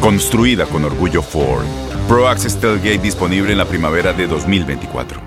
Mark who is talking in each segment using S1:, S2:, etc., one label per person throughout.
S1: Construida con orgullo Ford. Pro Access Tailgate disponible en la primavera de 2024.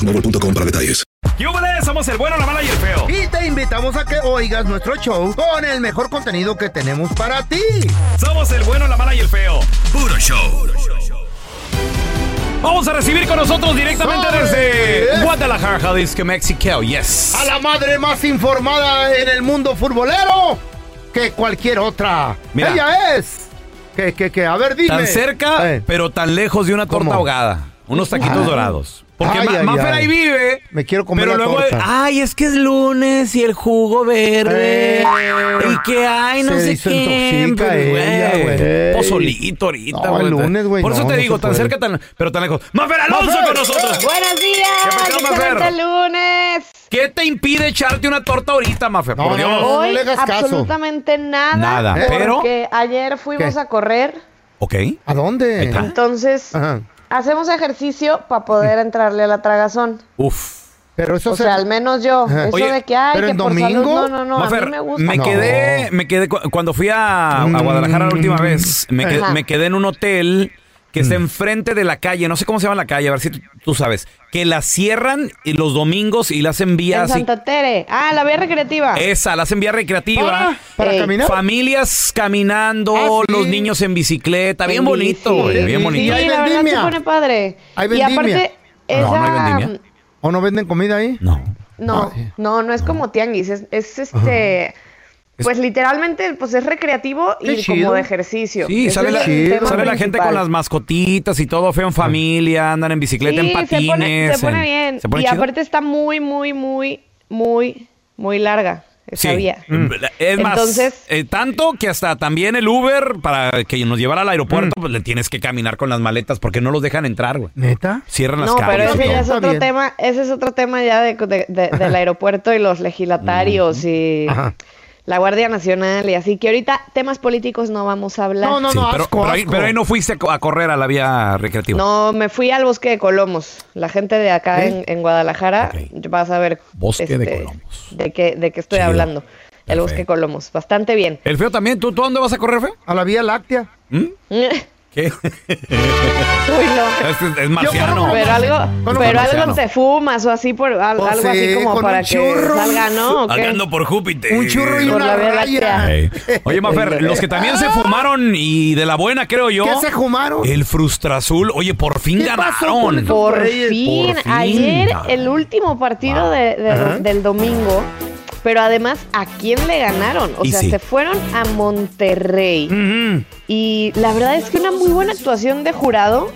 S2: mobile.com para detalles.
S3: ¡Yúbales! Somos el bueno, la mala y el feo.
S4: Y te invitamos a que oigas nuestro show con el mejor contenido que tenemos para ti.
S3: Somos el bueno, la mala y el feo. Puro show. Vamos a recibir con nosotros directamente
S4: Sobre.
S3: desde Guadalajara, Jalisco, México. Yes.
S4: A la madre más informada en el mundo futbolero que cualquier otra.
S3: Mira.
S4: Ella es. Que, que, que, a ver, dime.
S3: Tan cerca,
S4: Eh,
S3: pero tan lejos de una torta
S4: ¿Cómo?
S3: ahogada. Unos taquitos
S4: Ah.
S3: dorados. Porque
S4: Ay,
S3: Ma-
S4: ay,
S3: Mafer
S4: ay.
S3: ahí vive.
S4: Me quiero comer
S3: Pero
S4: la
S3: luego, ah,
S4: torta.
S3: ay, es que es lunes y el jugo verde.
S4: Eh,
S3: y que, ay, no
S4: se
S3: sé qué.
S4: desintoxica
S3: pero,
S4: ella,
S3: güey,
S4: güey.
S3: Pozolito ahorita,
S4: No, el lunes, güey,
S3: Por eso
S4: no,
S3: te
S4: no
S3: digo,
S4: se
S3: tan
S4: puede.
S3: cerca, tan, pero tan lejos. Mafer Alonso
S4: ¡Mafer!
S3: con nosotros.
S5: Buenos
S3: ¿Qué
S5: días,
S3: pasó,
S5: excelente
S3: Mafer?
S5: lunes.
S3: ¿Qué te impide echarte una torta ahorita, Mafer?
S4: No,
S3: Por Dios.
S4: no,
S5: Hoy
S4: le hagas caso.
S5: absolutamente nada.
S3: Nada,
S5: porque
S3: pero-
S5: ayer fuimos
S4: ¿Qué?
S5: a correr,
S3: Ok.
S4: ¿A
S3: Ahí está.
S4: dónde?
S5: entonces
S4: Ajá.
S5: hacemos ejercicio para poder entrarle a la tragazón.
S3: Uf.
S4: Pero eso
S5: O
S4: se-
S5: sea, al menos yo.
S4: Ajá.
S5: Eso
S3: Oye,
S5: de que hay
S4: ¿pero
S5: que
S4: en
S5: por
S4: domingo?
S5: salud, no, no, no, a
S3: Mafer,
S5: mí me gusta.
S3: me
S4: No.
S3: quedé, me quedé cu- cuando fui a, a Guadalajara la
S4: Mm.
S3: última vez, me quedé,
S5: Ajá.
S3: me quedé en un hotel que está enfrente de la calle, no sé cómo se llama la calle, a ver si tú, tú sabes, que la cierran y los domingos y la hacen vía
S5: En
S3: así,
S5: Santa Tere. Ah, la vía recreativa.
S3: esa, la hacen vía recreativa.
S4: Ah, ¿Para
S5: Ey.
S4: caminar?
S3: Familias caminando,
S4: Ah, sí.
S3: los niños en bicicleta, bien
S5: En
S3: bonito,
S5: bici.
S3: güey, bien
S4: Sí,
S3: bonito.
S4: hay
S5: Sí, la verdad se
S4: vendimia.
S5: pone padre.
S4: Hay
S5: Y
S4: vendimia.
S5: aparte, esa...
S3: No, no hay vendimia.
S4: ¿O no venden comida ahí?
S3: No. Ah,
S5: No, no, no es como tianguis, es, es este, pues literalmente, pues es recreativo
S4: Qué
S5: y
S4: chido.
S5: como de ejercicio.
S3: Sí,
S5: Ese
S3: sale
S5: es
S3: la,
S5: el tema
S3: sale la gente
S5: principal.
S3: con las mascotitas y todo, feo en familia, andan en bicicleta, en
S5: Sí,
S3: patines.
S5: se pone, se pone
S3: en-
S5: bien.
S3: se pone
S5: y
S3: chido.
S5: aparte está muy, muy, muy, muy, muy larga esa vía.
S3: Mm. Es más,
S5: Entonces-
S3: eh, tanto que hasta también el Uber para que nos llevara al aeropuerto,
S5: Mm.
S3: pues le tienes que caminar con las maletas porque no los dejan entrar, güey.
S4: ¿Neta?
S3: Cierran las
S5: No, pero
S3: calles.
S5: ese
S3: y
S5: ya
S3: todo.
S5: es
S4: Está
S5: otro
S4: bien.
S5: tema, ese es otro tema ya de- de- de- del aeropuerto y los legislatarios y
S4: Ajá.
S5: la Guardia Nacional y así, que ahorita temas políticos no vamos a hablar.
S4: No, no,
S3: Sí,
S4: no,
S3: pero,
S4: asco,
S3: pero ahí,
S4: asco.
S3: pero ahí no fuiste a co- a correr a la vía recreativa.
S5: No, me fui al bosque de Colomos. La gente de acá en,
S4: ¿Eh?
S5: en Guadalajara
S3: Ok.
S5: va a saber
S3: Bosque de Colomos.
S5: de qué, de qué estoy
S3: Chido.
S5: hablando. El bosque de
S3: Perfecto.
S5: Colomos. Bastante bien.
S3: El feo también, ¿tú, tú a dónde vas a correr, feo?
S4: A la Vía Láctea.
S5: Uy,
S3: ¿Qué? es,
S5: no.
S3: que es marciano.
S4: corro
S5: Pero algo,
S4: Con un
S5: pero
S3: marciano.
S5: algo te fumas o así por al-
S4: Pues
S5: algo
S4: sí,
S5: así como
S4: con
S5: para
S4: un
S5: que
S4: churro.
S5: salga, ¿no? ¿O qué?
S3: Andando por Júpiter.
S4: Un churro y
S5: Por
S4: una
S5: la Vía
S4: raya.
S5: Láctea.
S3: Ey. Oye, Mafer, los que también se fumaron y de la buena, creo yo.
S4: ¿Qué se fumaron?
S3: El frustrazul. Oye, por fin
S4: ¿Qué pasó con
S3: ganaron.
S4: esos
S5: Por
S4: Reyes.
S5: fin,
S3: Por fin,
S5: ayer
S3: cabrón.
S5: el último partido
S3: Wow.
S5: de- de- del domingo, pero además, ¿a quién le ganaron? O
S3: Y
S5: sea,
S3: sí.
S5: se fueron a Monterrey.
S4: Ujú.
S5: Y la verdad es que una muy buena actuación de jurado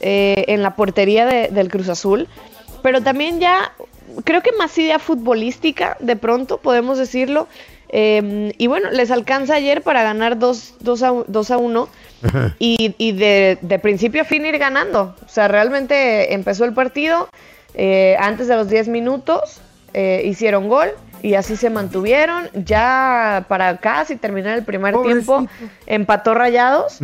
S5: eh, en la portería de- del Cruz Azul, pero también ya creo que más idea futbolística, de pronto podemos decirlo. Eh, y bueno, les alcanza ayer para ganar 2 a 1 y, y de, de principio a fin ir ganando. O sea, realmente empezó el partido eh, antes de los 10 minutos, eh, hicieron gol y así se mantuvieron. Ya para casi terminar el primer
S4: Pobrecito.
S5: tiempo empató Rayados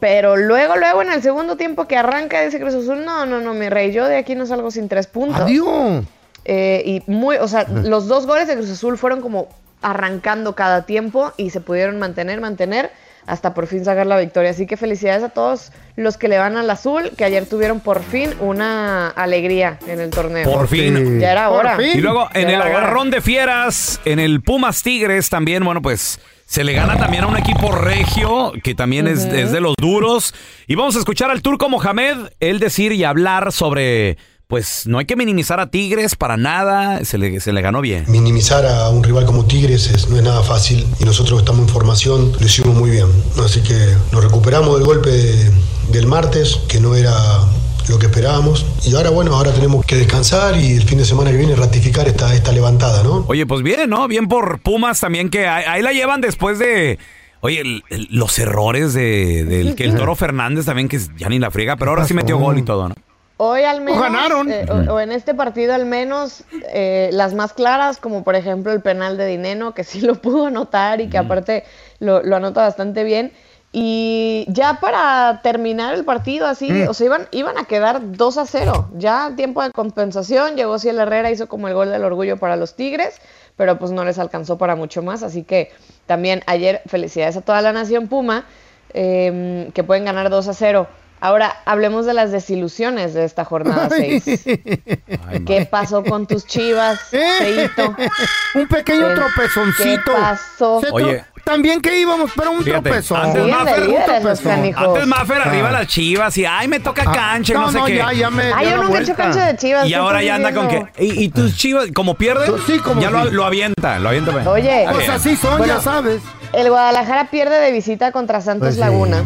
S5: Pero luego, luego en el segundo tiempo que arranca ese Cruz Azul, no, no, no, mi rey, yo de aquí no salgo sin tres puntos.
S4: Adiós.
S5: Eh, y muy, o sea, los dos goles de Cruz Azul fueron como arrancando cada tiempo y se pudieron mantener, mantener hasta por fin sacar la victoria. Así que felicidades a todos los que le van al azul, que ayer tuvieron por fin una alegría en el torneo.
S3: Por fin.
S5: Ya era
S4: Por
S5: hora.
S4: fin.
S3: Y luego en
S5: Ya
S3: el
S5: era hora.
S3: agarrón de fieras, en el Pumas Tigres también, bueno, pues se le gana también a un equipo regio que también es, es de los duros. Y vamos a escuchar al turco Mohamed, él decir y hablar sobre, pues no hay que minimizar a Tigres para nada, se le, se le ganó bien.
S6: Minimizar a un rival como Tigres es- no es nada fácil y nosotros estamos en formación, lo hicimos muy bien. Así que nos recuperamos del golpe de- del martes, que no era lo que esperábamos. Y ahora bueno, ahora tenemos que descansar y el fin de semana que viene ratificar esta, esta levantada, ¿no?
S3: Oye, pues bien, ¿no? Bien por Pumas también, que ahí, ahí la llevan después de... Oye, el- el- los errores de, del que el Toro Fernández también, que ya ni la friega, pero ahora sí metió gol y todo, ¿no?
S5: Hoy al menos.
S4: ganaron.
S5: eh, o, o en este partido al menos eh, las más claras, como por ejemplo el penal de Dineno, que sí lo pudo anotar y que aparte lo, lo anota bastante bien. Y ya para terminar el partido así, o sea, iban, iban a quedar 2 a 0. Ya tiempo de compensación, llegó Ciel Herrera, hizo como el gol del orgullo para los Tigres, pero pues no les alcanzó para mucho más. Así que también ayer felicidades a toda la nación Puma eh, que pueden ganar 2 a 0. Ahora hablemos de las desilusiones de esta jornada 6.
S3: Ay, ma-
S5: ¿Qué pasó con tus chivas,
S4: Eh,
S5: Feito?
S4: un pequeño
S5: ¿Qué
S4: tropezoncito.
S5: pasó?
S4: Se tro-
S3: Oye.
S4: También que íbamos, pero un
S3: Fíjate,
S4: tropezón.
S3: antes
S4: Un
S3: más
S5: Siguen de
S3: Maffer,
S5: líderes los
S4: tropezón.
S5: canijos.
S3: Antes Maffer arriba las chivas y ay me toca
S4: Ah,
S3: cancha, y no, sé qué.
S4: ya, ya me.
S5: Ay,
S4: dio
S5: Ah, yo
S4: la
S5: nunca he hecho
S4: vuelta.
S5: cancha de chivas.
S3: Y
S5: ¿qué
S3: ahora ya
S5: estás
S3: anda con que.
S5: diciendo?
S3: Y, y tus chivas, como pierden,
S4: Sí, como
S3: ya lo,
S4: sí.
S3: lo avienta, lo avienta. pues.
S5: Oye.
S3: Está
S4: Pues
S3: bien.
S4: así son,
S5: Bueno,
S4: ya sabes.
S5: El Guadalajara pierde de visita contra Santos
S4: Pues sí.
S5: Laguna.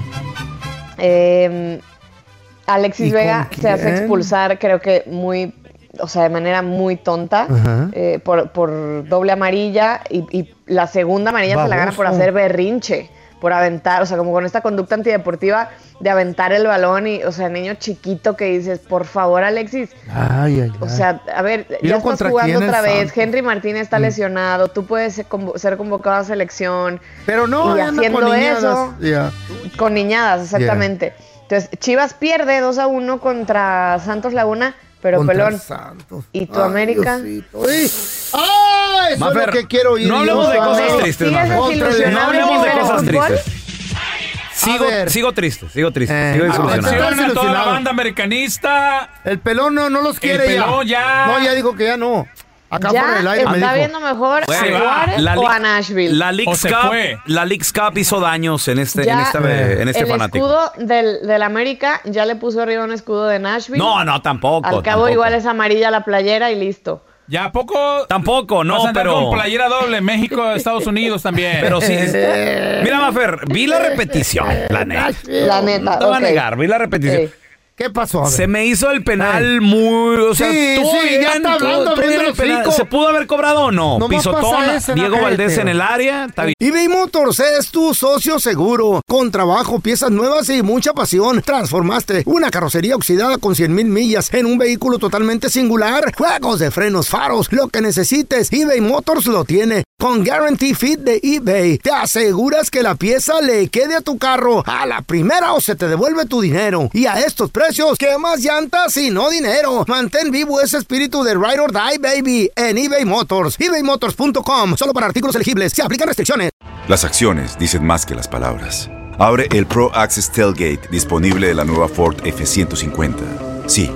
S5: Eh,
S4: ¿Y
S5: Alexis
S4: con
S5: Vega se hace
S4: quién?
S5: expulsar, creo que muy, o sea, de manera muy tonta,
S4: Ajá.
S5: eh, por, por doble amarilla y, y la segunda amarilla se la gana por
S4: Baboso.
S5: hacer berrinche, por aventar, o sea, como con esta conducta antideportiva de aventar el balón y, o sea, niño chiquito que dices, por favor, Alexis,
S4: Ay, ay, ay.
S5: o sea, a ver,
S4: ¿Y
S5: ya
S4: luego
S5: estás
S4: contra
S5: jugando
S4: quién
S5: otra
S4: es Mm.
S5: vez.
S4: Santos?
S5: Henry Martínez está lesionado. Tú puedes ser convo- ser convocado a selección.
S4: pero no,
S5: y
S4: anda con
S5: haciendo
S4: niñadas.
S5: eso-
S4: Ya.
S5: Con niñadas, exactamente. Entonces, Chivas pierde 2 a 1 contra Santos Laguna, pero
S4: Contra
S5: pelón.
S4: Santos.
S5: ¿Y tu América?
S4: Diosito. Sí. ¡Ah! Eso es
S3: Maffer,
S4: lo que quiero oír.
S3: no hablemos
S4: Dios,
S3: de cosas
S4: América.
S3: tristes,
S5: ¿Sigues
S3: Maffer.
S5: desilusionado
S3: No
S5: de
S3: hablemos de
S5: ver el
S3: cosas
S5: fútbol?
S3: tristes. Sigo,
S4: A ver.
S3: sigo triste, sigo triste,
S4: Eh,
S3: sigo
S4: a ver,
S3: desilusionado.
S4: ¿estás
S7: Saludan a toda la
S4: desilusionado?
S7: banda americanista.
S4: El pelón no, no los quiere
S7: pelón ya.
S4: No, ya dijo que ya no. Acá por el
S5: Ya
S4: aire me
S5: está
S4: dijo.
S5: viendo mejor
S3: Bueno,
S5: a
S7: se va.
S5: Juárez
S3: La
S5: o
S3: Li-
S5: a Nashville.
S3: La Leagues
S7: O se
S3: Cup,
S7: fue.
S3: la Leagues Cup hizo daños en este, en
S5: Ya,
S4: Eh,
S3: este, en este
S5: el
S3: fanático.
S5: escudo del, del América ya le puso arriba un escudo de Nashville.
S3: No, no, tampoco.
S5: Al cabo
S3: tampoco.
S5: igual es amarilla la playera y listo.
S7: ¿Ya a poco?
S3: Tampoco, no,
S7: vas a andar
S3: pero-
S7: Con playera doble, México, Estados Unidos también.
S3: Pero sí. es- Mira, Mafer, vi la repetición, la neta.
S5: La neta.
S3: No te voy a
S5: ok.
S3: negar, vi la repetición.
S5: Ok.
S4: ¿Qué pasó? A ver.
S3: Se me hizo el penal muy. O sea,
S4: Sí,
S3: estuvo
S4: sí, ya
S3: bien,
S4: está hablando,
S3: estuvo- estuvo bien
S4: abriendo
S3: el
S4: el
S3: penal.
S4: hocico.
S3: ¿Se pudo haber cobrado o no?
S4: Nomás
S3: Pisotón,
S4: pasa esa en la
S3: Diego
S4: calle,
S3: Valdés
S4: tío.
S3: en el área. Está bien.
S4: eBay Motors es tu socio seguro. Con trabajo, piezas nuevas y mucha pasión, transformaste una carrocería oxidada con 100 mil millas en un vehículo totalmente singular. Juegos de frenos, faros, lo que necesites, eBay Motors lo tiene. Con Guarantee Fit de eBay, te aseguras que la pieza le quede a tu carro a la primera o se te devuelve tu dinero. Y a estos precios, ¿qué más llantas y no dinero? Mantén vivo ese espíritu de Ride or Die, baby, en eBay Motors. ebaymotors.com, solo para artículos elegibles. Se aplican restricciones.
S1: Las acciones dicen más que las palabras. Abre el Pro Access Tailgate disponible de la nueva Ford F-150. Sí,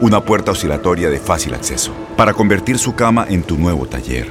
S1: una puerta oscilatoria de fácil acceso para convertir su cama en tu nuevo taller.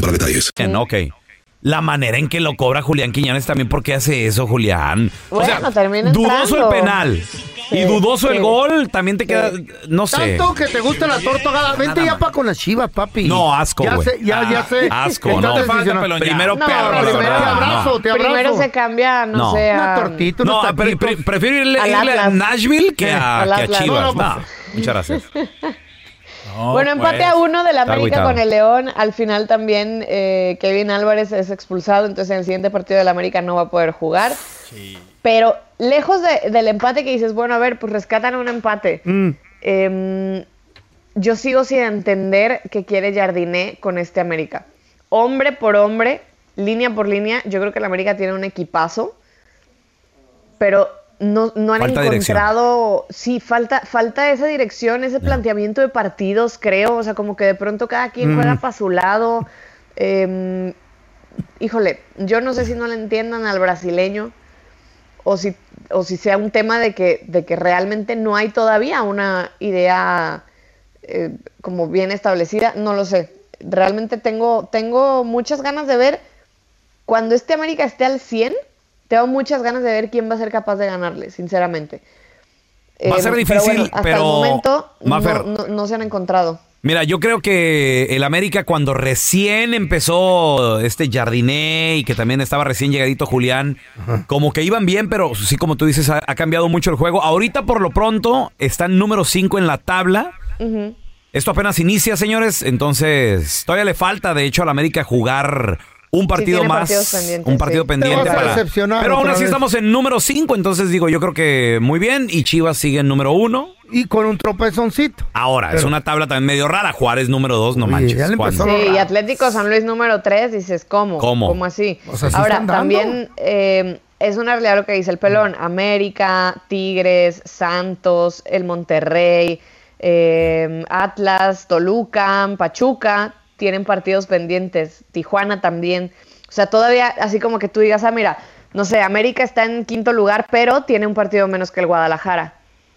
S2: para detalles.
S3: Bien, ok. la manera en que lo cobra Julián Quiñones también. ¿Por qué hace eso, Julián?
S5: Bueno, termina
S3: dudoso el
S5: entrando.
S3: penal.
S5: Sí,
S3: y dudoso
S5: sí.
S3: el gol. También te queda. No sé.
S4: Tanto que te gusta la tortogada. Vente ya pa' con las chivas, papi.
S3: No, asco,
S4: Ya
S3: güey.
S4: sé, ya, ya
S3: Ah,
S4: sé.
S3: asco,
S4: Estás
S3: no.
S4: decepcionado.
S7: Falta, pelón, ya.
S3: Primero
S5: No,
S3: perro, la
S5: primero
S3: verdad.
S5: te
S4: abrazo,
S3: No.
S4: te abrazo.
S5: Primero se cambia, no,
S3: No.
S5: sé.
S4: Una
S5: a-
S4: tortita, unos
S3: No, ah, pre-
S4: taquitos.
S3: pre- prefiero irle,
S5: Al
S3: irle a
S5: Atlas.
S3: Nashville que a,
S5: Al
S3: que a
S5: Atlas. pues.
S3: Chivas.
S4: No, no,
S3: No, muchas gracias. pues.
S5: bueno, empate a uno del
S3: Está
S5: América
S3: agüitado.
S5: con el León. Al final también eh, Kevin Álvarez es expulsado, entonces en el siguiente partido del América no va a poder jugar. Pero lejos de- del empate que dices, bueno, a ver, pues rescatan un empate. Em, yo sigo sin entender qué quiere Jardiné con este América. Hombre por hombre, línea por línea, yo creo que el América tiene un equipazo, pero no, no han
S3: Falta dirección.
S5: encontrado. Sí, falta, falta esa dirección, ese planteamiento de partidos, creo. O sea, como que de pronto cada quien juega para su lado. Em, híjole, yo no sé si no le entiendan al brasileño o si, o si sea un tema de que, de que realmente no hay todavía una idea eh, como bien establecida, no lo sé. Realmente tengo, tengo muchas ganas de ver, cuando este América esté al 100, tengo muchas ganas de ver quién va a ser capaz de ganarle, sinceramente.
S3: Va a
S5: Eh,
S3: ser
S5: pero
S3: difícil,
S5: bueno, hasta
S3: pero,
S5: el momento no,
S3: Mafer.
S5: no- no se han encontrado.
S3: Mira, yo creo que el América cuando recién empezó este Jardiné y que también estaba recién llegadito Julián, como que iban bien, pero sí, como tú dices, ha, ha cambiado mucho el juego. Ahorita por lo pronto están número 5 en la tabla. Esto apenas inicia, señores, entonces todavía le falta, de hecho, al América jugar un partido
S5: tiene
S3: más,
S5: partidos pendientes,
S3: un partido
S5: sí.
S3: pendiente
S4: Te vas a
S3: para.
S4: decepcionar
S3: Pero aún
S4: otra
S3: así
S4: vez.
S3: estamos en número 5, entonces digo, yo creo que muy bien y Chivas sigue en número 1.
S4: Y con un tropezoncito.
S3: Ahora, es
S4: Pero-
S3: una tabla también medio rara. Juárez número 2, no
S4: Oye,
S3: manches.
S4: ya le
S3: Juan.
S4: empezó. Solo
S5: Sí, y
S4: raros.
S5: Atlético San Luis número 3, dices, ¿cómo?
S3: ¿Cómo?
S5: así?
S4: O sea, sí
S5: Ahora,
S4: están dando.
S5: también eh, es una realidad lo que dice el pelón. América, Tigres, Santos, el Monterrey, eh, Atlas, Toluca, Pachuca, tienen partidos pendientes. Tijuana también. O sea, todavía, así como que tú digas, ah, mira, no sé, América está en quinto lugar, pero tiene un partido menos que el Guadalajara.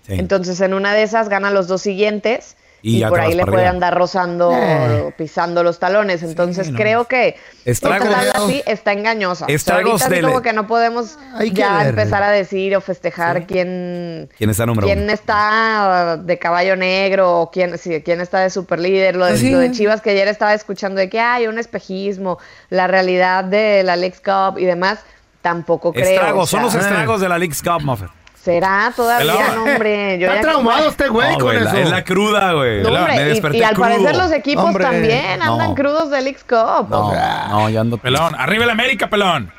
S3: Sí.
S5: Entonces, en una de esas gana los dos siguientes
S3: Y
S5: y,
S3: ya
S5: por
S3: te
S5: ahí
S3: vas
S5: le
S3: para
S5: puede
S3: arriba.
S5: andar rozando,
S4: Eh.
S5: pisando los talones. Entonces,
S3: Sí, no.
S5: creo que esta
S3: Estragos.
S5: tabla sí está engañosa. O sea,
S3: Estragos
S5: ahorita sí
S3: del-
S5: como que no podemos
S4: Hay que
S5: ya
S4: ver.
S5: empezar a decir o festejar quién,
S3: ¿Quién está número
S5: quién
S3: uno?
S5: está de caballo negro o quién, sí, quién está de superlíder. Lo
S4: Pues
S5: de,
S3: Sí.
S5: lo de Chivas que ayer estaba escuchando de que hay un espejismo, la realidad de la Lex Cup y demás. Tampoco creo.
S3: Estragos,
S5: o sea,
S3: son los estragos de la League's Cup, Muffet.
S5: Será todavía,
S3: Hello.
S5: no, hombre. Yo
S4: Está
S5: ya-
S4: traumado este güey
S3: No,
S4: con
S3: güey, la-
S4: eso.
S3: es la cruda, güey.
S5: No,
S3: La-
S5: hombre,
S3: me
S5: y-
S3: desperté
S5: y, al
S3: crudo.
S5: parecer los equipos
S4: Hombre,
S5: también andan
S3: no.
S5: crudos del X Cup.
S3: No, no, ya ando...
S7: Pelón, arriba el América, pelón.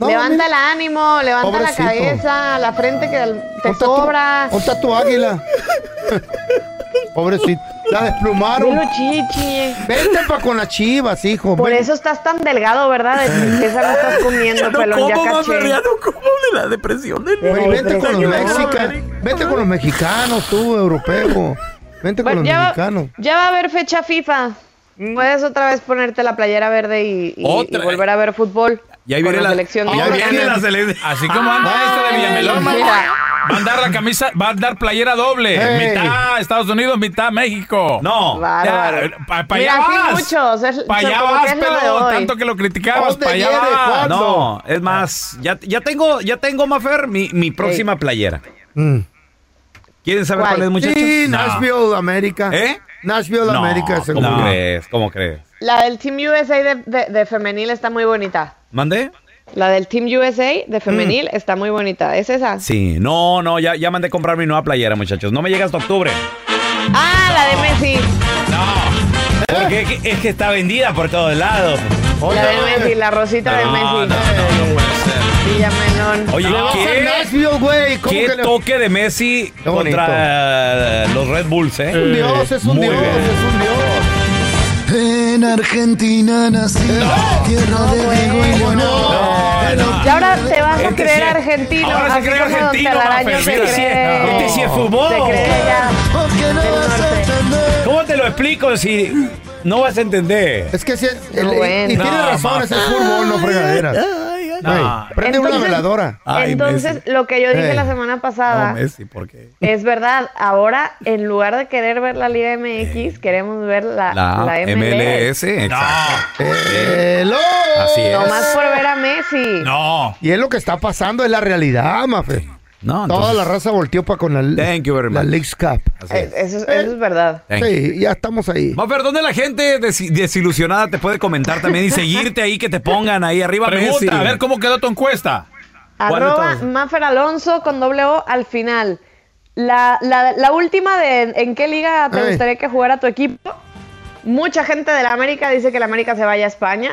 S4: No,
S5: levanta
S4: mira,
S5: el ánimo, levanta
S4: Pobrecito.
S5: la cabeza, la frente que el- te
S4: ponte
S5: sobra.
S4: Tu, ponte a tu águila. Pobrecito. La desplumaron.
S5: Duro chichi.
S4: Vente pa' con las chivas, hijo.
S5: Por
S4: ven.
S5: eso estás tan delgado, ¿verdad? De esa no estás comiendo, pelón, ya caché.
S3: como de la depresión. del-
S4: Güey, vente con los
S5: Ay,
S4: mexicanos. Vete con los mexicanos, tú, europeo. Vente con
S5: Bueno,
S4: los
S5: ya,
S4: mexicanos.
S5: ya va a haber fecha FIFA. Puedes otra vez ponerte la playera verde y, y- y
S3: Otra.
S5: volver a ver fútbol.
S3: Y ahí
S5: con
S3: viene
S5: la
S3: la-
S5: selección
S3: y ahí
S5: mexicana.
S3: viene la selección.
S7: Así como anda este de Villamelón, man.
S5: Mira.
S7: va a andar la camisa, va a andar playera doble.
S3: Eh,
S4: Hey.
S7: Mitad Estados Unidos, mitad México.
S3: No. eh,
S5: Bárbaro.
S7: Ya, eh, pa- pa'
S5: Mira,
S7: allá
S5: aquí
S7: vas.
S5: muchos. Es,
S7: Para allá
S5: como que
S7: vas,
S5: es lo de
S7: pelón.
S5: hoy.
S7: Tanto que lo criticabas,
S4: ¿Dónde
S7: para allá
S4: viene?
S7: vas.
S4: ¿Cuándo?
S3: No, es más, ya, ya tengo, ya tengo, Mafer, mi, mi próxima playera.
S4: Mm.
S3: ¿Quieren saber
S5: ¿Cuál?
S3: cuál es, muchachos?
S4: Sí,
S3: No.
S4: Nashville, América.
S3: ¿Eh?
S4: Nashville,
S3: No,
S4: América.
S3: ¿Cómo
S4: seguro.
S3: crees? ¿Cómo crees?
S5: La del Team USA de, de- de femenil está muy bonita.
S3: ¿Mandé?
S5: La del Team USA de femenil está muy bonita. ¿Es esa?
S3: Mm. Sí, no, no, ya, ya mandé a comprar mi nueva playera, muchachos. No me llega hasta octubre.
S5: Ah, la de Messi. Ah.
S3: Porque es que- es que está vendida por todos lados.
S5: la de Messi, la rosita de
S3: No,
S5: Messi.
S3: no, no, no puede ser.
S5: Villamelón.
S3: Oye,
S4: Vas a
S3: ¿qué,
S4: Nashville, güey. ¿Cómo
S3: qué
S4: que le-
S3: toque de Messi
S4: Qué bonito.
S3: contra eh, los Red Bulls, eh?
S4: Es un dios, es un
S3: Muy
S4: dios,
S3: bien.
S4: es un dios.
S8: En Argentina nací, tierra de Diego y Manuel.
S5: y ahora te vas a
S3: Este
S5: creer
S3: sí es-
S5: argentino.
S3: ahora se
S5: así
S3: cree
S5: como Don
S3: argentino,
S5: Telaraño
S3: Mafer,
S5: se
S3: mira, sí es-
S5: cree-
S3: este sí es fútbol.
S5: Se cree ya.
S8: Porque no vas a tener
S3: ¿Cómo te lo explico si no vas a entender?
S4: Es que si, el-
S5: No,
S4: y- y,
S5: bueno.
S4: tiene
S3: No,
S4: razón,
S3: ma-
S4: es el fútbol, no fregaderas.
S7: No.
S4: Prende una veladora.
S3: Ay,
S5: entonces,
S3: Messi.
S5: lo que yo dije
S4: Ey.
S5: la semana pasada
S3: Eh. No, Messi, ¿por qué?
S5: es verdad. Ahora, en lugar de querer ver la Liga MX, queremos ver la,
S3: Eh. La,
S5: la MLS.
S3: MLS. exacto.
S4: Hello.
S3: Así es.
S5: Nomás por ver a Messi.
S7: No.
S4: Y es lo que está pasando, es la realidad, Mafe.
S3: No,
S4: Toda
S3: entonces-
S4: la raza volteó para con la,
S3: Thank you very
S4: la
S3: much.
S4: Leagues Cup.
S3: Así
S5: Eh,
S3: es.
S5: Eso, es- eso es verdad.
S3: Thank you.
S4: Sí, ya estamos ahí.
S3: Mafer, ¿dónde la gente des- desilusionada te puede comentar también y seguirte ahí, que te pongan ahí arriba Messi?
S7: Pregunta, a ver cómo quedó tu encuesta.
S3: ¿Cuál de
S5: Arroba
S3: todos?
S5: Mafer Alonso con doble O al final. La, la- la última de en qué liga te
S4: Ey.
S5: gustaría que jugara tu equipo. Mucha gente de la América dice que la América se vaya a España.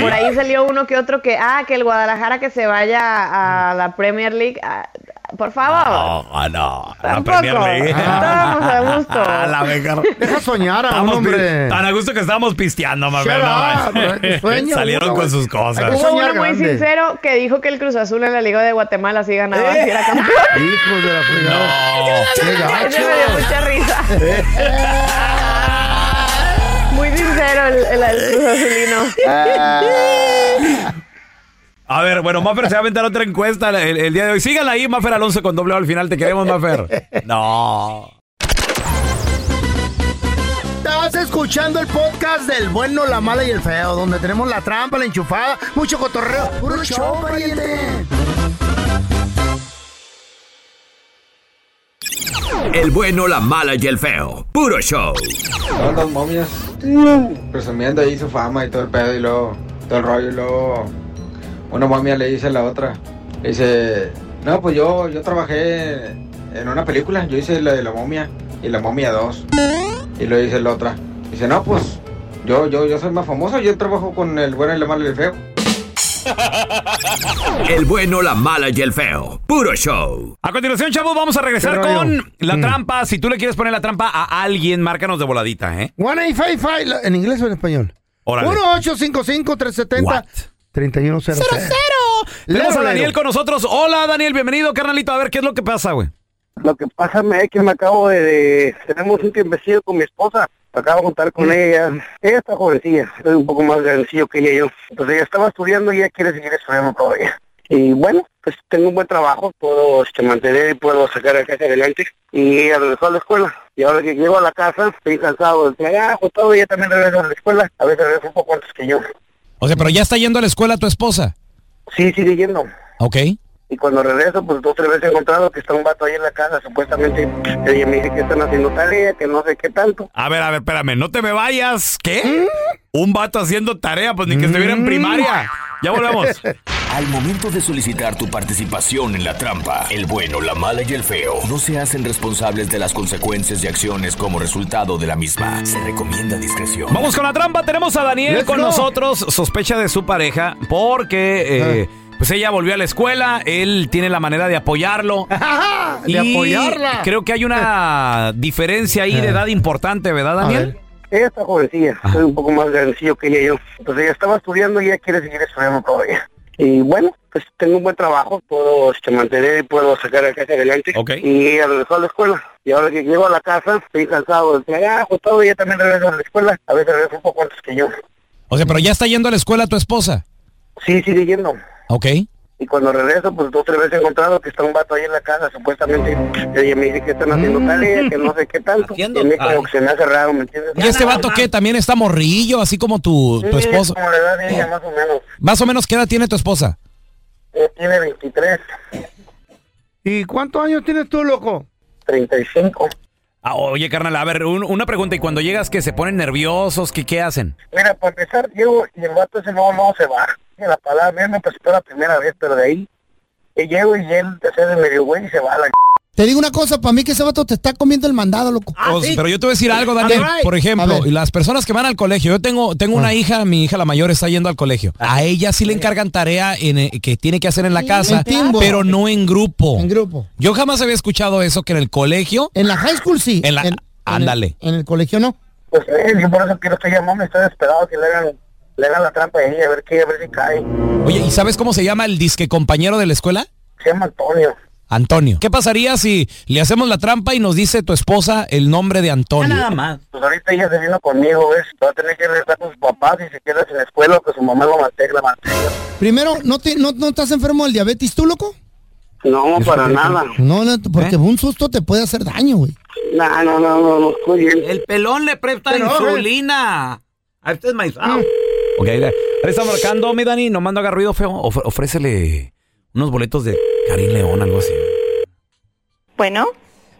S5: Por ahí salió uno que otro que, ah, que el Guadalajara que se vaya a la Premier League. Ah, por favor.
S3: No, no, la
S5: Tampoco.
S3: Premier League.
S5: Estábamos a gusto.
S3: Ah, la mejor.
S4: Deja soñar a un
S3: Estábamos
S4: hombre.
S3: pi- Tan a gusto que estábamos pisteando, Mafer.
S4: Shut
S3: no
S4: up,
S3: manches.
S4: bro, sueña,
S3: Salieron
S4: bro.
S3: con sus cosas.
S4: Hay que
S5: Hubo
S4: soñar
S5: uno muy
S4: grande.
S5: sincero que dijo que el Cruz Azul en la Liga de Guatemala sí ganaba.
S3: Eh.
S5: sí era campeón.
S4: Hijos de la fregada. Qué
S5: Ese
S4: gacho.
S5: me dio mucha risa. Muy sincero el, el, el Cruz Azulino.
S3: A ver, bueno, Mafer se va a aventar otra encuesta el, el día de hoy. Síganla ahí, Mafer Alonso con doble O al final. Te queremos, Mafer. No.
S4: Estás escuchando el podcast del bueno, la mala y el feo, donde tenemos la trampa, la enchufada, mucho cotorreo. ¡Puro show, pariente!
S9: El bueno, la mala y el feo. Puro show.
S10: Todas las momias presumiendo ahí su fama y todo el pedo y luego todo el rollo y luego una momia le dice a la otra, le dice, no, pues yo, yo trabajé en una película, yo hice la de la momia y la momia 2 y lo dice la otra, dice, no, pues yo, yo, yo soy más famoso, yo trabajo con el bueno, y el malo y el feo.
S9: El bueno, la mala y el feo. Puro show.
S3: A continuación, chavos, vamos a regresar
S4: ¿Qué rollo?
S3: con la trampa. Si tú le quieres poner la trampa a alguien, márcanos de voladita, ¿eh?
S4: One eight five five, la- ¿en inglés o en español?
S3: Órale.
S4: 1-855-370.
S3: What?
S4: 3100.
S3: Tenemos a
S4: Lero,
S3: Daniel
S4: lero.
S3: con nosotros. Hola, Daniel, bienvenido, carnalito. A ver, ¿qué es lo que pasa, güey?
S11: Lo que pasa me- es que me acabo de, de- Tenemos un tiempecillo con mi esposa. Me acabo de contar con ella. Ella está jovencilla. Es un poco más grandecillo que ella y yo. Entonces ella estaba estudiando y ella quiere seguir estudiando todavía. Y bueno, pues tengo un buen trabajo. Puedo este, mantener y puedo sacar a casa adelante. Y ella regresó a la escuela. Y ahora que llego a la casa, estoy cansado del trabajo, todo. Ella también regresa a la escuela. A veces regresa un poco antes que yo.
S3: O sea, pero ya está yendo a la escuela tu esposa.
S11: Sí, sigue yendo.
S3: Ok.
S11: Y cuando regreso, pues dos, tres veces he encontrado que está un vato ahí en la casa, supuestamente. Ella me dice que están haciendo tarea, que no sé qué tanto.
S3: A ver, a ver, espérame, no te me vayas. ¿Qué? Un vato haciendo tarea, pues ni que estuviera en primaria. Ya volvemos.
S9: Al momento de solicitar tu participación en la trampa, el bueno, la mala y el feo no se hacen responsables de las consecuencias y acciones como resultado de la misma. Se recomienda discreción.
S3: Vamos con la trampa. Tenemos a Daniel
S4: Let's
S3: con
S4: go.
S3: nosotros. Sospecha de su pareja porque eh, pues ella volvió a la escuela. Él tiene la manera de apoyarlo.
S4: Ajá, De
S3: Y
S4: apoyarla.
S3: Creo que hay una diferencia ahí de edad importante, ¿verdad, Daniel?
S4: ver.
S11: Ella está jovencilla, es un poco más grandecillo que ella y yo. Entonces ella estaba estudiando y ella quiere seguir estudiando todavía. Y bueno, pues tengo un buen trabajo, puedo este, mantener y puedo sacar a casa adelante.
S3: Ok.
S11: Y ella regresó a la escuela. Y ahora que llego a la casa, estoy cansado del trabajo, todo. Ella también regresa a la escuela, a veces regresa un poco antes que yo.
S3: O sea, pero ya está yendo a la escuela tu esposa.
S11: Sí, sigue yendo.
S3: Ok.
S11: Y cuando regreso, pues dos, tres veces he encontrado que está un vato ahí en la casa, supuestamente. Ella me dice que están haciendo tarea, que no sé qué tanto.
S3: Mm. Haciendo
S11: y a mí como
S3: tarea.
S11: que se me ha cerrado, ¿me entiendes?
S3: este qué? ¿También está morrillo, así como tu,
S11: Sí,
S3: pues,
S11: como la edad de
S3: eh.
S11: ella, más o menos.
S3: Más o menos, ¿qué edad tiene tu esposa?
S11: Eh, tiene 23,
S4: ¿Y cuántos años tienes tú, loco?
S11: 35.
S3: Ah, oye, carnal, a ver, un- una pregunta. ¿Y cuando llegas que se ponen nerviosos? ¿Qué, qué hacen?
S11: Mira, para empezar, llego y el vato ese luego, luego se va. Y la palabra mía me presentó la primera vez, pero de ahí. Y llego y él se hace de medio güey y se va a la... c-
S8: Te digo una cosa, para mí que ese vato te está comiendo el mandado, loco.
S3: O-
S12: Pues,
S3: Pero yo te voy a decir algo, Daniel.
S4: Alright.
S12: Por
S4: A
S12: ejemplo,
S4: ver.
S12: las personas que van al colegio, yo tengo, tengo una hija, mi hija la mayor está yendo al colegio.
S3: Ah.
S12: A ella sí le encargan tarea en, eh, que tiene que hacer en la casa,
S8: en timbo.
S12: pero no en grupo.
S8: En grupo.
S12: Yo jamás había escuchado eso que en el colegio.
S8: En la high school sí.
S12: En la- ándale.
S8: En, el colegio no.
S11: Pues eh, yo por eso quiero estoy llamando, estoy desesperado que le hagan, le hagan la trampa a ella, a ver qué, a ver si cae.
S12: Oye, ¿y sabes cómo se llama el disque compañero de la escuela?
S11: Se llama Antonio.
S13: Antonio. ¿Qué pasaría si le hacemos la trampa y nos dice tu esposa el nombre de Antonio?
S11: Pues ahorita ella se vino conmigo, ¿ves? Va a tener que regresar con sus papás y si quedas en la escuela, que su mamá lo mantenga, la mantenga.
S4: Primero, ¿no, te, no, no estás enfermo del diabetes tú, loco?
S11: No, para nada.
S4: No, no,
S3: ¿Eh?
S4: porque un susto te puede hacer daño, güey.
S11: No, no, no, no, no, muy bien.
S14: El pelón le presta
S4: Pero,
S14: insulina. I've said myself.
S3: Ok, ahí está marcando, mi Dani, no mando haga ruido feo. Of- ofrécele unos boletos de Karim León, algo así.
S15: Bueno.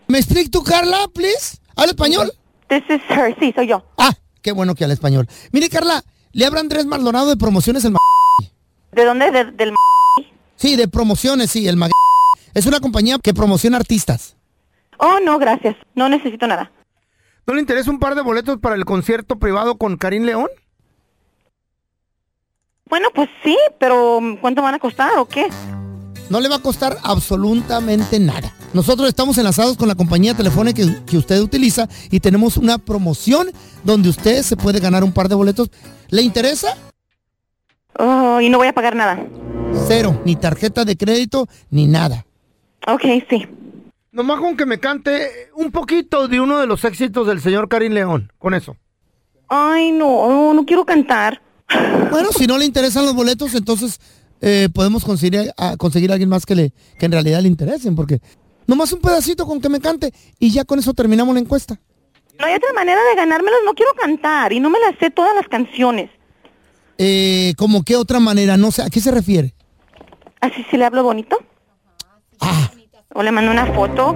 S4: ¿Me explica tú, Carla, please? ¿Habla español?
S15: This is her, sí, soy yo.
S4: Ah, qué bueno que habla español. Mire, Carla, le habla Andrés Maldonado de promociones el ma-
S15: ¿De dónde? De- del m-
S4: Sí, de promociones, sí, el ma- Es una compañía que promociona artistas.
S15: Oh, no, gracias. No necesito nada.
S16: ¿No le interesa un par de boletos para el concierto privado con Karim León?
S15: Bueno, pues sí, pero mm, ¿cuánto van a costar o qué?
S4: No le va a costar absolutamente nada. Nosotros estamos enlazados con la compañía telefónica que, que usted utiliza y tenemos una promoción donde usted se puede ganar un par de boletos. ¿Le interesa?
S15: Oh, y no voy a pagar nada.
S4: Cero, ni tarjeta de crédito, ni nada.
S15: Ok, sí.
S16: Nomás con que me cante un poquito de uno de los éxitos del señor Karim León, con eso.
S15: Ay, no, oh, no, no quiero cantar.
S4: Bueno, si no le interesan los boletos, entonces eh, podemos conseguir a, conseguir a alguien más que, le, que en realidad le interesen, porque nomás un pedacito con que me cante y ya con eso terminamos la encuesta.
S15: No hay otra manera de ganármelos. No quiero cantar y no me las sé todas las canciones.
S4: Eh, ¿Cómo qué otra manera? No sé, ¿a qué se refiere?
S15: ¿Así sí le hablo bonito? ¿O le mando una foto?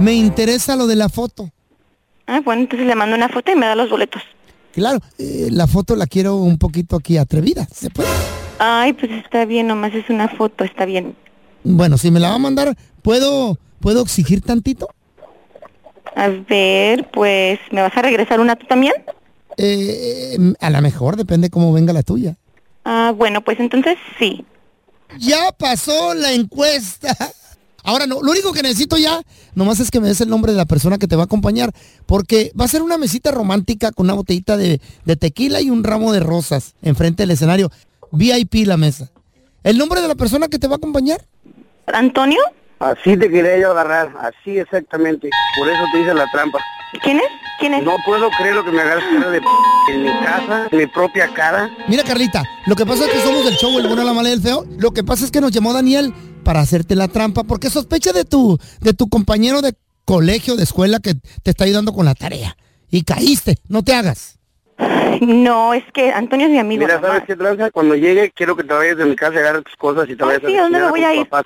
S4: Me interesa lo de la foto.
S15: Ah, bueno, entonces le mando una foto y me da los boletos.
S4: Claro, eh, la foto la quiero un poquito aquí atrevida. ¿se puede?
S15: Ay, pues está bien, nomás es una foto, está bien.
S4: Bueno, si me la va a mandar, ¿puedo, ¿puedo exigir tantito?
S15: A ver, pues, ¿me vas a regresar una tú también?
S4: Eh, a lo mejor, depende cómo venga la tuya.
S15: Ah, bueno, pues entonces sí.
S4: Ya pasó la encuesta. Ahora no, lo único que necesito ya, nomás es que me des el nombre de la persona que te va a acompañar, porque va a ser una mesita romántica con una botellita de, de tequila y un ramo de rosas enfrente del escenario. VIP la mesa. ¿El nombre de la persona que te va a acompañar?
S15: ¿Antonio?
S11: Así te quería yo agarrar, así exactamente. Por eso te hice la trampa.
S15: ¿Quién es? ¿Quién es?
S11: No puedo creer lo que me agarras cara de p en mi casa, en mi propia cara.
S4: Mira, Carlita, lo que pasa es que somos del show El Bueno, la Mala y el Feo. Lo que pasa es que nos llamó Daniel para hacerte la trampa porque sospecha de tu, de tu compañero de colegio, de escuela que te está ayudando con la tarea. Y caíste, no te hagas.
S15: No, es que Antonio es mi amigo.
S11: Mira, ¿sabes qué tranza? Cuando llegue quiero que te vayas de mi casa y agarres tus cosas y te vayas
S15: sí, ¿a dónde me voy a ir?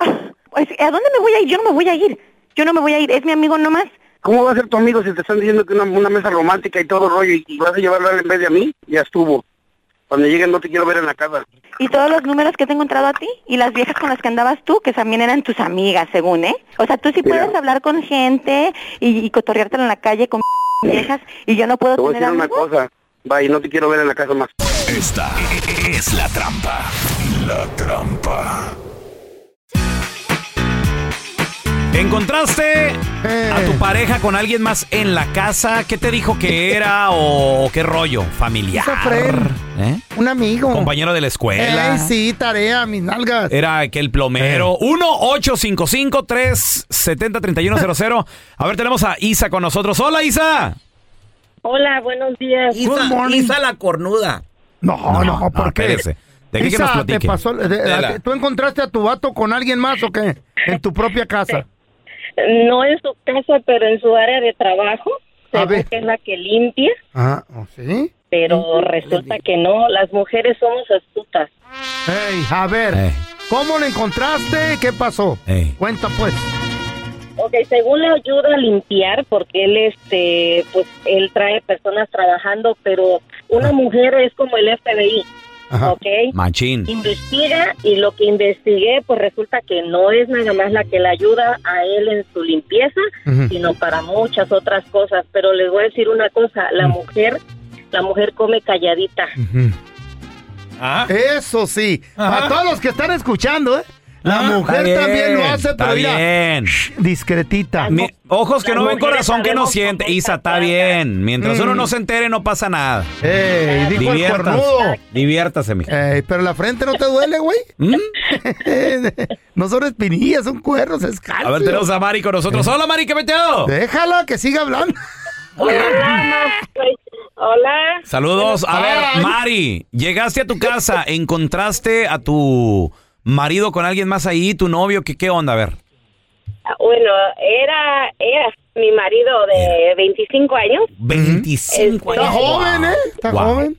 S15: Pues, ¿A dónde me voy a ir? Yo no me voy a ir. Yo no me voy a ir. Es mi amigo nomás.
S11: ¿Cómo va a ser tu amigo si te están diciendo que una, una mesa romántica y todo rollo y, y vas a llevarlo a él en vez de a mí? Ya estuvo. Cuando lleguen no te quiero ver en la casa.
S15: Y todos los números que te he encontrado a ti y las viejas con las que andabas tú, que también eran tus amigas, según, ¿eh? O sea, tú sí
S11: Mira.
S15: puedes hablar con gente y, y cotorreártela en la calle con viejas y yo no puedo
S11: Te voy a
S15: tener
S11: decir una
S15: amigos.
S11: cosa. Bye, no te quiero ver en la casa más.
S17: Esta es la trampa. La trampa.
S3: ¿Encontraste a tu pareja con alguien más en la casa? ¿Qué te dijo que era o, o qué rollo? Familiar. ¿Eh?
S16: Un amigo.
S3: Compañero de la escuela.
S4: Eh,
S16: Ey, sí, tarea, mis nalgas.
S3: Era aquel plomero. 1-855-370-3100. A ver, tenemos a Isa con nosotros. Hola, Isa.
S18: Hola, buenos días.
S14: Isa, Isa la cornuda.
S16: No, no, ¿por qué?
S3: espérese. Deje que
S16: Isa,
S3: nos platique.
S16: te pasó- de- de-
S3: Tela.
S16: ¿Tú encontraste a tu vato con alguien más o qué? En tu propia casa.
S18: No en su casa, pero en su área de trabajo.
S16: A
S18: Se ve
S16: ver.
S18: que es la que limpia,
S16: Ah, ¿o ¿sí?
S18: pero resulta que no. Las mujeres somos astutas.
S16: Ey, a ver,
S3: Eh,
S16: ¿cómo lo encontraste? ¿Qué pasó? Cuenta pues.
S18: Ok, según le ayuda a limpiar, porque él, este, pues, él trae personas trabajando, pero una mujer es como el FBI,
S3: Ajá.
S18: ¿ok?
S3: Machín.
S18: Investiga y lo que investigué, pues resulta que no es nada más la que le ayuda a él en su limpieza,
S19: Ujú.
S18: sino para muchas otras cosas. Pero les voy a decir una cosa, la mujer, la mujer come
S3: Mm.
S18: calladita.
S16: Eso sí. A todos los que están escuchando, ¿eh?
S4: La mujer
S3: Ah, Está
S4: también
S3: bien,
S4: lo hace,
S3: está
S4: pero mira,
S3: bien.
S4: discretita.
S3: Mi- ojos que
S4: Las
S3: no ven,
S4: mujeres
S3: corazón que no
S4: sabemos
S3: siente. Isa, está bien. Mientras
S4: Mm.
S3: uno no se entere, no pasa nada.
S4: ¡Ey! dijo el cornudo.
S3: Diviértase, mija.
S4: Ey, pero la frente no te duele, güey.
S3: ¿Mm?
S4: no son espinillas, son cuernos, es calcio.
S3: A ver, tenemos a Mari con nosotros. Hola, Mari, ¿qué meteo?
S4: Déjala que siga hablando.
S18: Hola.
S3: Saludos. A ver, Mari, llegaste a tu casa, encontraste a tu marido con alguien más ahí, tu novio, ¿qué, qué onda? A ver.
S18: Ah, Bueno, era, era mi marido de 25 años.
S3: 25
S18: Está
S3: años.
S18: joven, ¿eh?
S4: Está
S3: joven.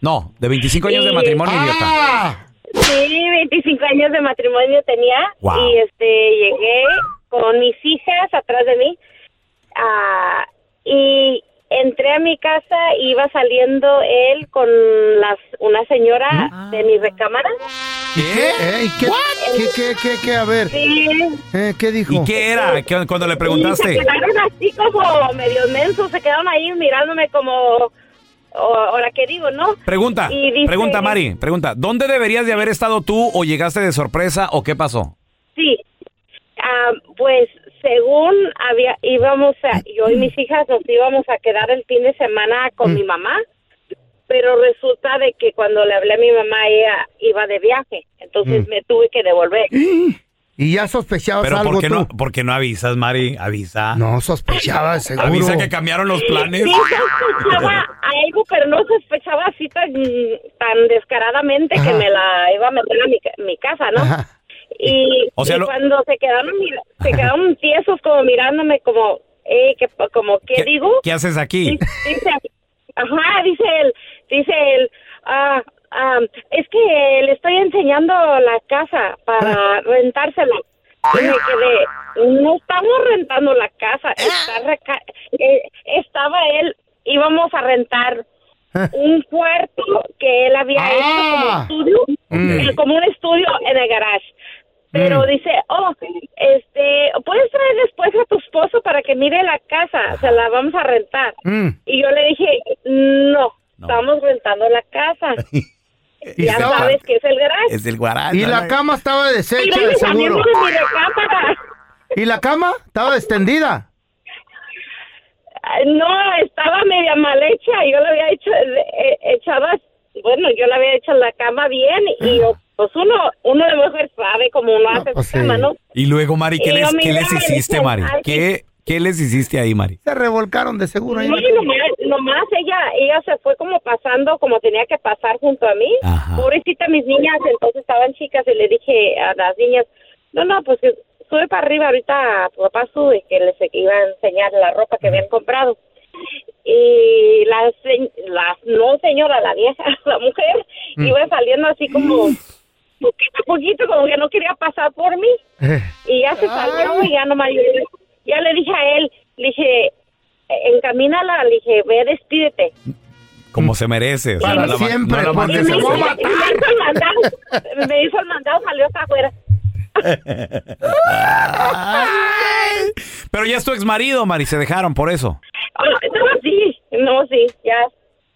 S3: No, de 25 años de
S18: Y-
S3: matrimonio, idiota.
S4: Ah.
S18: Sí, 25 años de matrimonio tenía
S3: Wow.
S18: y este llegué con mis hijas atrás de mí ah, y entré a mi casa iba saliendo él con las una señora de mi recámara.
S4: ¿Y qué? Ey, ¿qué, qué, qué, qué, qué? A ver. Eh, ¿Qué dijo?
S3: ¿Y qué era ¿Qué- cuando le
S18: Y
S3: preguntaste?
S18: se quedaron así como medio mensos, se quedaron ahí mirándome como o- ahora qué digo, ¿no?
S3: Pregunta,
S18: Y dice-
S3: pregunta, Mari, pregunta. ¿Dónde deberías de haber estado tú o llegaste de sorpresa o qué pasó?
S18: Sí, Ah, pues según había, íbamos a, yo y mis hijas nos íbamos a quedar el fin de semana con mi mamá, pero resulta de que cuando le hablé a mi mamá ella iba de viaje, entonces
S4: Mm.
S18: me tuve que devolver.
S4: Y ya sospechabas
S3: Pero
S4: algo
S3: ¿por qué,
S4: tú.
S3: no, ¿por qué no avisas, Mari? Avisa.
S4: No, sospechabas, seguro.
S3: Avisa que cambiaron los planes.
S18: Sí, sospechaba algo, pero no sospechaba así tan, tan descaradamente que me la iba a meter a mi, ca- mi casa, ¿no? Y,
S3: O sea,
S18: y
S3: lo-
S18: cuando se quedaron, mira- se quedaron tiesos como mirándome como, "Ey, ¿qué, pa- como, ¿qué, digo?
S3: ¿Qué haces aquí?
S18: Dice, ajá, dice él, dice él, ah, ah, es que le estoy enseñando la casa
S4: Ah.
S18: para rentársela. Y me quedé, no estamos rentando la
S4: Ah.
S18: casa, está reca- eh, estaba él, íbamos a rentar un cuarto que él había
S4: Ah.
S18: hecho como estudio,
S4: Mm.
S18: eh, como un estudio en el garage. Pero
S4: Mm.
S18: dice, oh, este, puedes traer después a tu esposo para que mire la casa, se la vamos a rentar.
S4: Mm.
S18: Y yo le dije, no, estamos rentando la casa.
S4: Y
S18: ya
S4: estaba-
S18: sabes que es el garage.
S3: Es el guaracho.
S4: Y la cama estaba deshecha,
S18: Mira,
S4: de
S18: mis
S4: seguro.
S18: amigos de mi recámara.
S4: ¿Y la cama estaba extendida?
S18: Ah, No, estaba media mal hecha. Yo la había hecho, eh, echada, bueno, yo la había hecho en la cama bien
S4: Ah.
S18: y yo, pues uno, uno de mujer sabe cómo uno hace
S4: pues
S18: su cama, ¿no?
S3: Y luego, Mari, ¿qué
S18: Y
S3: les,
S18: yo,
S3: ¿qué
S18: mira,
S3: les
S18: le
S3: hiciste,
S18: dije,
S3: Mari?
S18: ay,
S3: ¿Qué, ¿Qué les hiciste ahí, Mari?
S4: Se revolcaron de seguro. ahí.
S18: No, y nomás, nomás ella, ella se fue como pasando como tenía que pasar junto a mí. Pobrecita mis niñas, entonces estaban chicas y le dije a las niñas, no, no, pues que sube para arriba, ahorita tu papá sube, que les iba a enseñar la ropa que habían comprado. Y la, se- la no señora, la vieja, la mujer,
S4: Mm.
S18: iba saliendo así como poquito a poquito, como que no quería pasar por mí. Y ya se salió y ya nomás yo, ya le dije a él, le dije, "Eh, encamínala, le dije, ve, despídete.
S3: Como se merece.
S4: Para
S3: No la ma-
S4: siempre,
S3: no la
S4: porque
S3: mandes
S4: se
S3: a-
S4: va a
S18: Y me hizo el mandado, me hizo el mandado, salió hasta afuera.
S3: Pero ya es tu ex marido, Mari, se dejaron por eso.
S18: Ah, No, sí, no, sí, ya,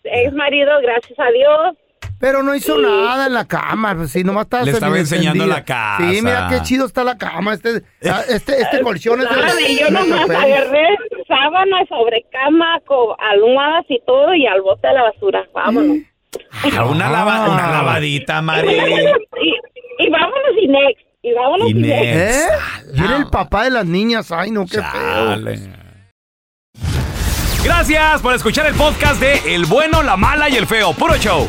S18: ex marido, gracias a Dios.
S4: Pero no hizo nada en la cama, pues, sí, nomás estaba
S3: Uh. Le estaba
S4: semi-extendida.
S3: enseñando la casa.
S4: Sí, mira qué chido está la cama. Este, ah, este, este colchón es de
S18: Sabe, yo
S4: metro
S18: nomás
S4: pesos.
S18: agarré sábanas sobre cama, co- almohadas y todo, y al bote de la basura, vámonos. Ah.
S3: A una, lava- una lavadita, Mari.
S18: Y, y vámonos y next, y vámonos y next.
S4: ¿Eh? Y era el papá de las niñas. Ay, no, qué
S3: Dale. Gracias por escuchar el podcast de El bueno, la mala y el feo. Puro show.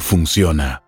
S20: funciona.